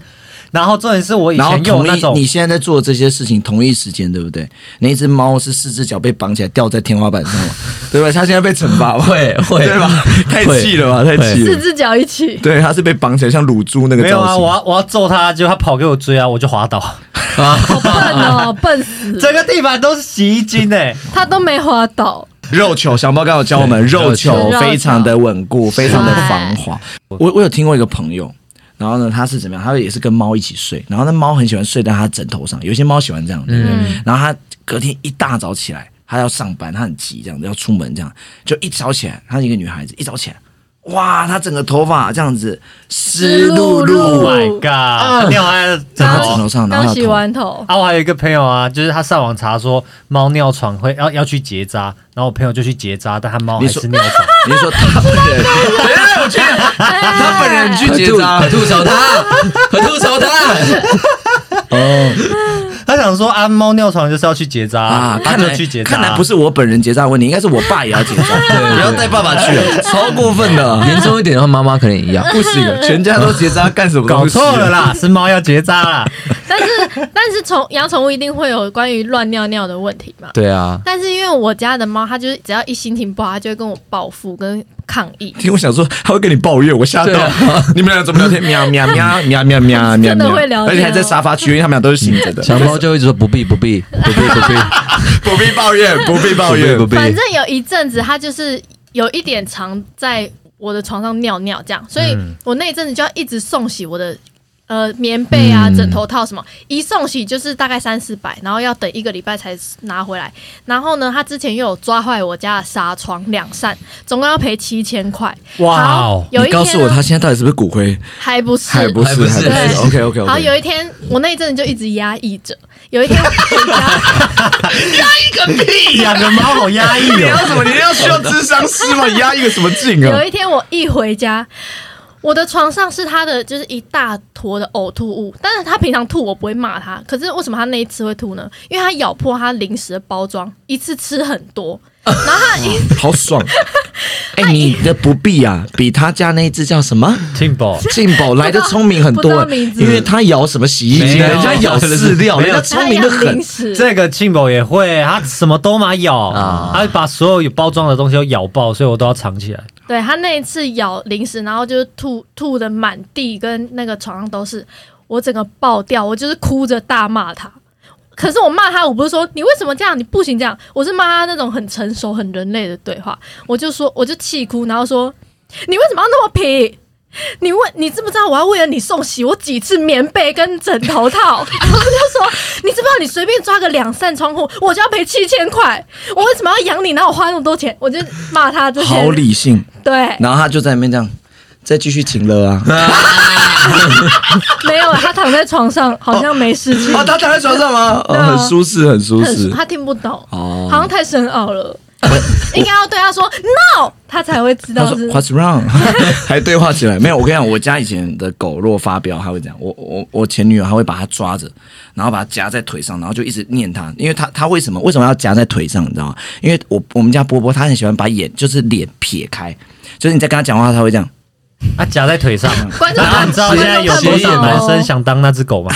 然后重点是我以然后前用同那种一，你现在在做这些事情，同一时间对不对？那一只猫是四只脚被绑起来吊在天花板上 嘛，对吧？它现在被惩罚吧？会会对吧？太气了吧？太气四了！只脚一起，对，它是被绑起来像乳猪那个没有造啊，型。我要我要揍他，结果他跑给我追啊，我就滑倒，啊好笨哦，笨死了，整个地板都是洗衣精哎、他都没滑倒。肉球，小猫刚好教我们，肉球肉球非常的稳固，非常的防滑。我我有听过一个朋友，然后呢，他是怎么样？他也是跟猫一起睡，然后那猫很喜欢睡在他枕头上，有些猫喜欢这样，对不对？嗯然后他隔天一大早起来，他要上班，他很急，这样子要出门，这样就一早起来，她是一个女孩子，一早起来。哇，他整个头发这样子湿湿漉漉漉啊漉 Oh my god！尿在然枕然后后枕头。头上，然后刚他的洗头完头， 啊，我还有一个朋友啊，就是他上网查说猫尿床会要要去结扎，然后我朋友就去结扎，但他猫还你说是尿床。你是说 他本人，他 本人去可结吐 扎可，吐槽 他，可吐槽他。哦 他想说啊，猫尿床就是要去结扎啊，他看就来去结扎。看来不是我本人结扎的问题，应该是我爸也要结扎，不要带爸爸去了，超过分的，严重一点的话，妈妈可能也一样。不行， 全家都结扎干什么？啊搞错了，啦，是猫要结扎啦。但是但是宠养宠物一定会有关于乱尿尿的问题嘛。对啊，但是因为我家的猫，它就是只要一心情不好，它就会跟我报复跟抗议，听我想说，他会跟你抱怨，我吓对到。你们俩怎么聊天？喵喵喵喵喵喵喵真的喵，会聊天哦而且还在沙发区，因为他们俩都是醒着的。小猫就一直说不必不必不必 不必不必抱怨，不必抱不必怨不。必。反正有一阵子，它就是有一点常在我的床上尿尿这样，所以嗯我那一阵子就要一直送洗我的呃棉被啊、嗯枕头套什么，一送洗就是大概三四百，然后要等一个礼拜才拿回来。然后呢，它之前又有抓坏我家的纱窗两扇，总共要赔七千块。哇好哦，有你一告诉我天他呢现在到底是不是骨灰？还不是，还不是，还不是还不是。对 OK OK 好，有 OK。一天我那一阵子就一直压抑着，有一天我回家，养个猫好压抑你哦。要什么？你要需要智商师吗？你压一个什么劲啊 有？一天我一回家，我的床上是他的就是一大坨的呕吐物，但是他平常吐我不会骂他，可是为什么他那一次会吐呢？因为他咬破他零食的包装，一次吃很多，然后他一好爽！哎、你的不必啊，比他家那一只叫什么 Timbo，劲宝来的聪明很不知多啊道，名字因为他咬什么洗衣机，没有人家咬饲料，没有人家聪明的他咬很零。食，这个 Timbo 也会，他什么都嘛咬，啊他把所有有包装的东西都咬爆，所以我都要藏起来。对他那一次咬零食，然后就是吐吐的满地，跟那个床上都是，我整个爆掉，我就是哭着大骂他。可是我骂他，我不是说你为什么这样，你不行这样，我是骂他那种很成熟、很人类的对话。我就说，我就气哭，然后说你为什么要那么皮？你问你知不知道我要为了你送洗我几次棉被跟枕头套？ 然后就说你知不知道你随便抓个两扇窗户我就要赔七千块，我为什么要养你？然后我花那么多钱，我就骂他这些好理性，对，然后他就在那边这样，再继续请了啊！没有，他躺在床上，好像没事情。哦，他躺在床上吗？对啊哦，很舒适，很舒很适。他听不懂，哦好像太深奥了。应该要对他说 no，他才会知他道说是。 What's wrong？还 对话起来没有？我跟你讲，我家以前的狗若发飙，它会这样。我我我前女友，她会把它抓着，然后把它夹在腿上，然后就一直念它，因为它它为什么为什么要夹在腿上？你知道吗？因为我我们家波波它很喜欢把眼就是脸撇开，就是你在跟它讲话，它会这样。他夹在腿上，观众然后你知道现在有多观众看不少到哦男生想当那只狗吗？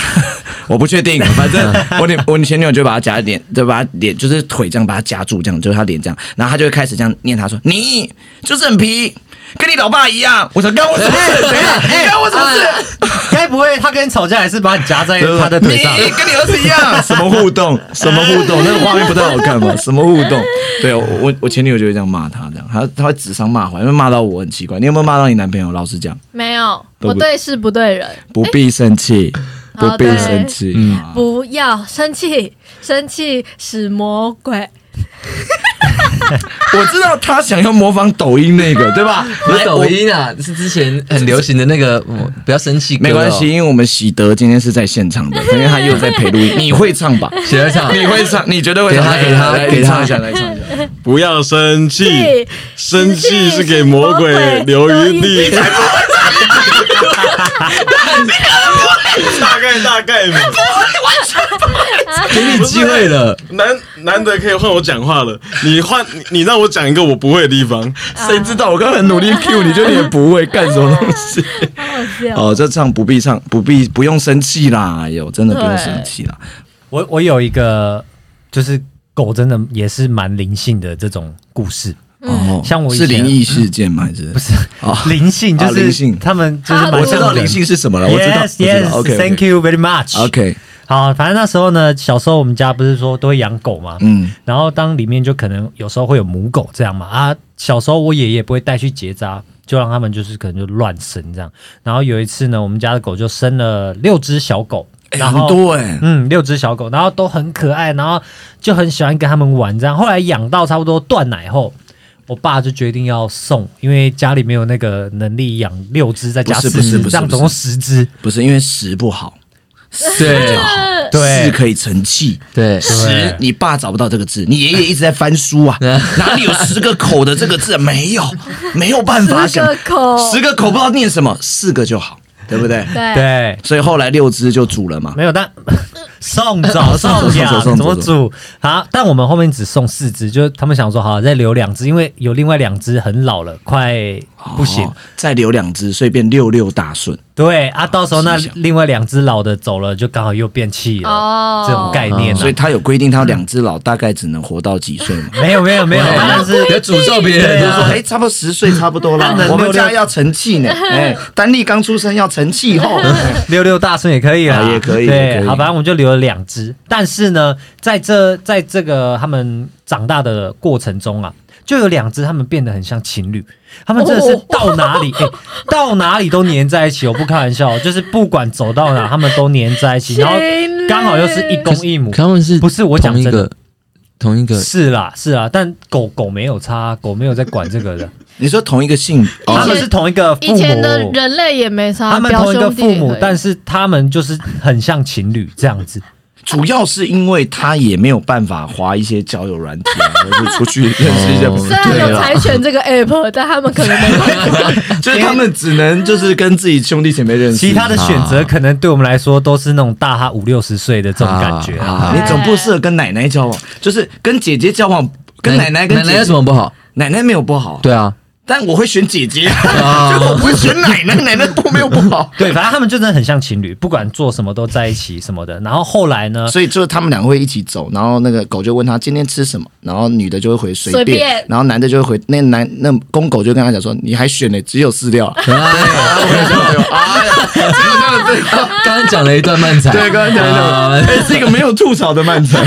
我不确定，反正我女我前女友就把她夹在脸，就把她脸就是腿这样把她夹住，这样就是她脸这样，然后她就会开始这样念她说：“你就是很皮，跟你老爸一样。”我说：“干我什么事？等一下，干我什么事？”该不会他跟你吵架也是把你夹在他的腿上？你跟你儿子一样，什么互动？什么互动？那个画面不太好看嘛？什么互动？对我我我前女友就会这样骂他，这样他他会指桑骂槐，因为骂到我很奇怪。你有没有骂到你男朋友？老实讲，没有，对不我对事不对人，不必生哎气，不好必对生哦气。嗯啊不要生气，生气使魔鬼。我知道他想要模仿抖音那 个，对吧？不是来抖我音啊，是之前很流行的那个，嗯不要生气，没关系，，因为我们喜德今天是在现场的，因为他又在 陪录音。你会唱吧？喜儿哦唱，你会唱？你绝对会给唱。他来给他来给你他唱一下，来唱一下。不要生气，生气是给魔鬼留余地。 哦大概大概嘛，给你机会了，难难得可以换我讲话了，你换你你让我讲一 个我不会的地方，谁知道我刚刚很努力 Q 你，就你也不会干什么东西。好好笑。哦，这唱不必唱，不必不用生气啦，哎呦，真的不用生气啦。我我有一个，就是狗真的也是蛮灵性的这种故事，哦，嗯像我以是前灵异事件吗？还是不是？哦， 灵性就啊灵性是他们就是啊蛮我知道像灵人性是什么了，我知道，我 Yes, 知道。 yes, thank OK，OK， you very much. OK，好，反正那时候呢，小时候我们家不是说都会养狗嘛，嗯，然后当里面就可能有时候会有母狗这样嘛啊，小时候我爷爷不会带去结扎，就让他们就是可能就乱生这样。然后有一次呢，我们家的狗就生了六只小狗，哎然很后、多哎，嗯六只小狗，然后都很可爱，然后就很喜欢跟他们玩这样。后来养到差不多断奶后，我爸就决定要送，因为家里没有那个能力养六只，再加不是四不是只，不是这样不是总共十只。不是因为食不好， 对是对，可以成器。对，十，你爸找不到这个字，你爷爷一直在翻书 啊，哪里有十个口的这个字？没有，没有办法十想个口，十个口不知道念什么，四个就好，对不对？对对，所以后来六只就煮了嘛，没有，但送走送走送养送走送怎走么煮？好，但我们后面只送四只，就是他们想说好再留两只，因为有另外两只很老了，快不行。哦再留两只，所以变六六大顺。对啊，到时候那是想另外两只老的走了，就刚好又变气了，哦这种概念、啊。所以他有规定，他两只老大概只能活到几岁嘛？没有没有 没有，但是别诅咒别对人，啊就就说说哎，差不多十岁差不多啦那。能我们六六家要成器呢，哎，丹丽刚出生要成器后，六六大顺也可以啦，啊也可以也对，可以好，反正我们就留了两只。但是呢，在这在这个他们长大的过程中啊，就有两只他们变得很像情侣，他们真的是到哪哦里、哎，到哪里都黏在一起。我不开玩笑，就是不管走到哪，他们都黏在一起。然后情侣刚好又是一公一母，他们是不是我讲同一真的个同一个是啦是啦，但狗狗没有差，狗没有在管这个的，你说同一个姓哦以前他们是同一个父以母。前的人类也没啊啥，他们同一个父母，但是是他们就是很像情侣这样子。主要是因为他也没有办法划一些交友软体啊，或者出去认识一些朋友。虽然有柴 犬这个 app，但他们可能没办法。就是他们只能就是跟自己兄弟姐妹认识。其他的选择可能对我们来说都是那种大他五六十岁的这种感觉。啊，啊，你总不适合跟奶奶交往，就是跟姐姐交往，跟奶奶跟哎姐奶奶姐有什么不好？奶奶没有不好，对啊，但我会选姐 姐，就我不会选奶奶，奶奶都没有不好。对，反正他们就真的很像情侣，不管做什么都在一起什么的。然后后来呢， 所以就是他们两个会一起走，然后那个狗就问他今天吃什么，然后女的就会回随随便然后男的就会回那男那公狗就跟他讲说，你还选了只有饲 料啊，哎呀，只有这个对话，刚刚讲了一段漫才，对，刚才讲 的，哎，是一个没有吐槽的漫才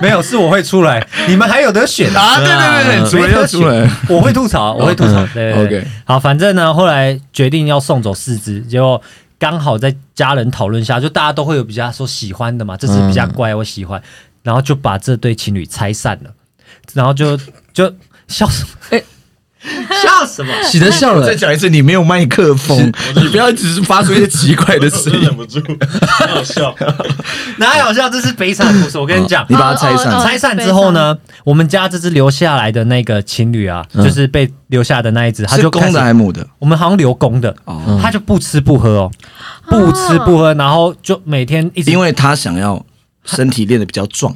没有是我会出来，你们还有得选 啊，对嗯对对 对，主人要出来。我会吐槽，我会吐槽。对对嗯 OK 对好，反正呢，后来决定要送走四只，结果刚好在家人讨论下，就大家都会有比较说喜欢的嘛，这只比嗯较乖，我喜欢，然后就把这对情侣拆散了，然后就就笑什 么？哎 笑什么？啊喜得笑了再，讲一次，你没有麦克风，你不要只是发出一些奇怪的声真 音忍。不住，很好笑。哪有笑？这是悲惨的故事，我跟你讲 你。把它拆散哦哦哦拆散之后呢，我们家这只留下来的那个情侣啊，就是被留下的那一只，嗯他是就公开始的还是母的？我们好像留公的，哦他就不吃不喝哦，不吃不喝，然后就每天一直因为他想要身体练得比较壮，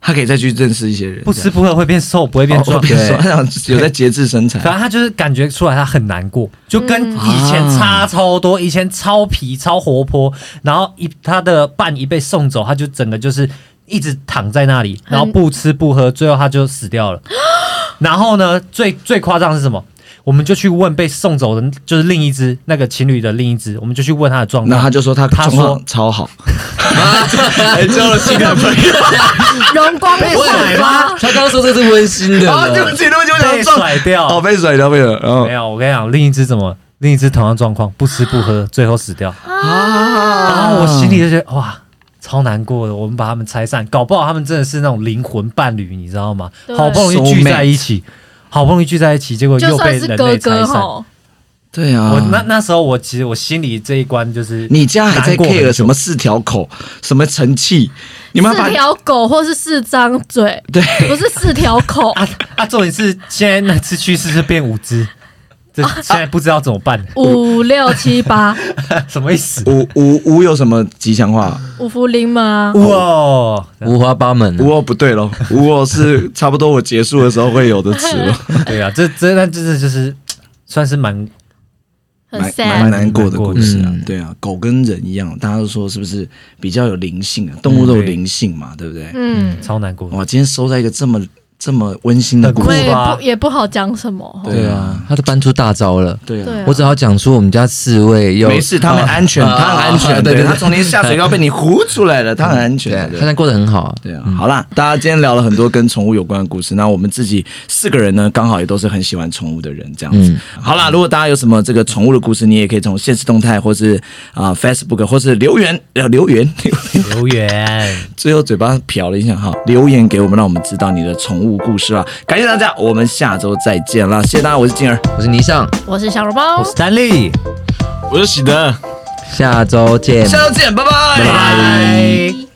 他可以再去认识一些人。不吃不喝会变瘦，不会变哦壮。变对壮，他想有在节制身材。反正他就是感觉出来他很难过，就跟以前差超多，以前超皮超活泼，然后一他的伴一被送走，他就整个就是一直躺在那里，然后不吃不喝，最后他就死掉了。然后呢，最最夸张的是什么？我们就去问被送走的，就是另一只那个情侣的另一只，我们就去问他的状那况。他就说他他状况说超 好，还啊哎交了新的朋友。荣光被甩甩吗？啊他刚刚说这是温馨的啊，对不了，起，对不起，我想被撞甩掉哦，被甩掉，被了。然后没有，我跟你讲，另一只怎么？另一只同样状况，不吃不啊喝，最后死掉。啊然后我心里就觉得哇，超难过的。我们把他们拆散，搞不好他们真的是那种灵魂伴侣，你知道吗对？好不容易聚在一起，好不容易聚在一起，结果就又算被是人哥类拆哥散。吼，对啊，我那那时候，我其实我心里这一关就是你家还在难过很 care 久什么四条口，什么成器？你们要把四条狗或是四张 嘴，对不是四条口，啊啊！重点是现在那次去世是变五只，这啊现在不知道怎么办，五六七八， 什么意思？五五五有什么吉祥话？五福临门啊，哦哇！五花八门啊五，哦不对喽，五哦是差不多我结束的时候会有的词了。对啊，这这那这这就是算是蛮 很蛮 sad 蛮。难过的故事啊嗯，对啊，狗跟人一样，大家都说是不是比较有灵性啊？动物都有灵性嘛，对不对？嗯，超难过的。哇，今天收在一个这么这么温馨的故我事，很也酷吧不也不好讲什么。对对啊，他都搬出大招了，对对啊啊，我只好讲出我们家刺猬又没事，它很安全，啊它很安啊全，对对，对它从天下水要被你呼出来了，它很安对，全他的。现在过得很好啊，对啊，好啦，大家今天聊了很多跟宠物有关的故事。那我们自己四个人呢，刚好也都是很喜欢宠物的人，这样子。嗯好啦，如果大家有什么这个宠物的故事，你也可以从现实动态或是啊、Facebook 或是留言呃留言。 留言，最后嘴巴瞟了一下哈，留言给我们，让我们知道你的宠物物故事啦。感谢大家，我们下周再见啦！谢谢大家，我是静儿，我是倪尚，我是小笼包我，是丹力，我是喜德。下周见。下周见，拜拜拜拜。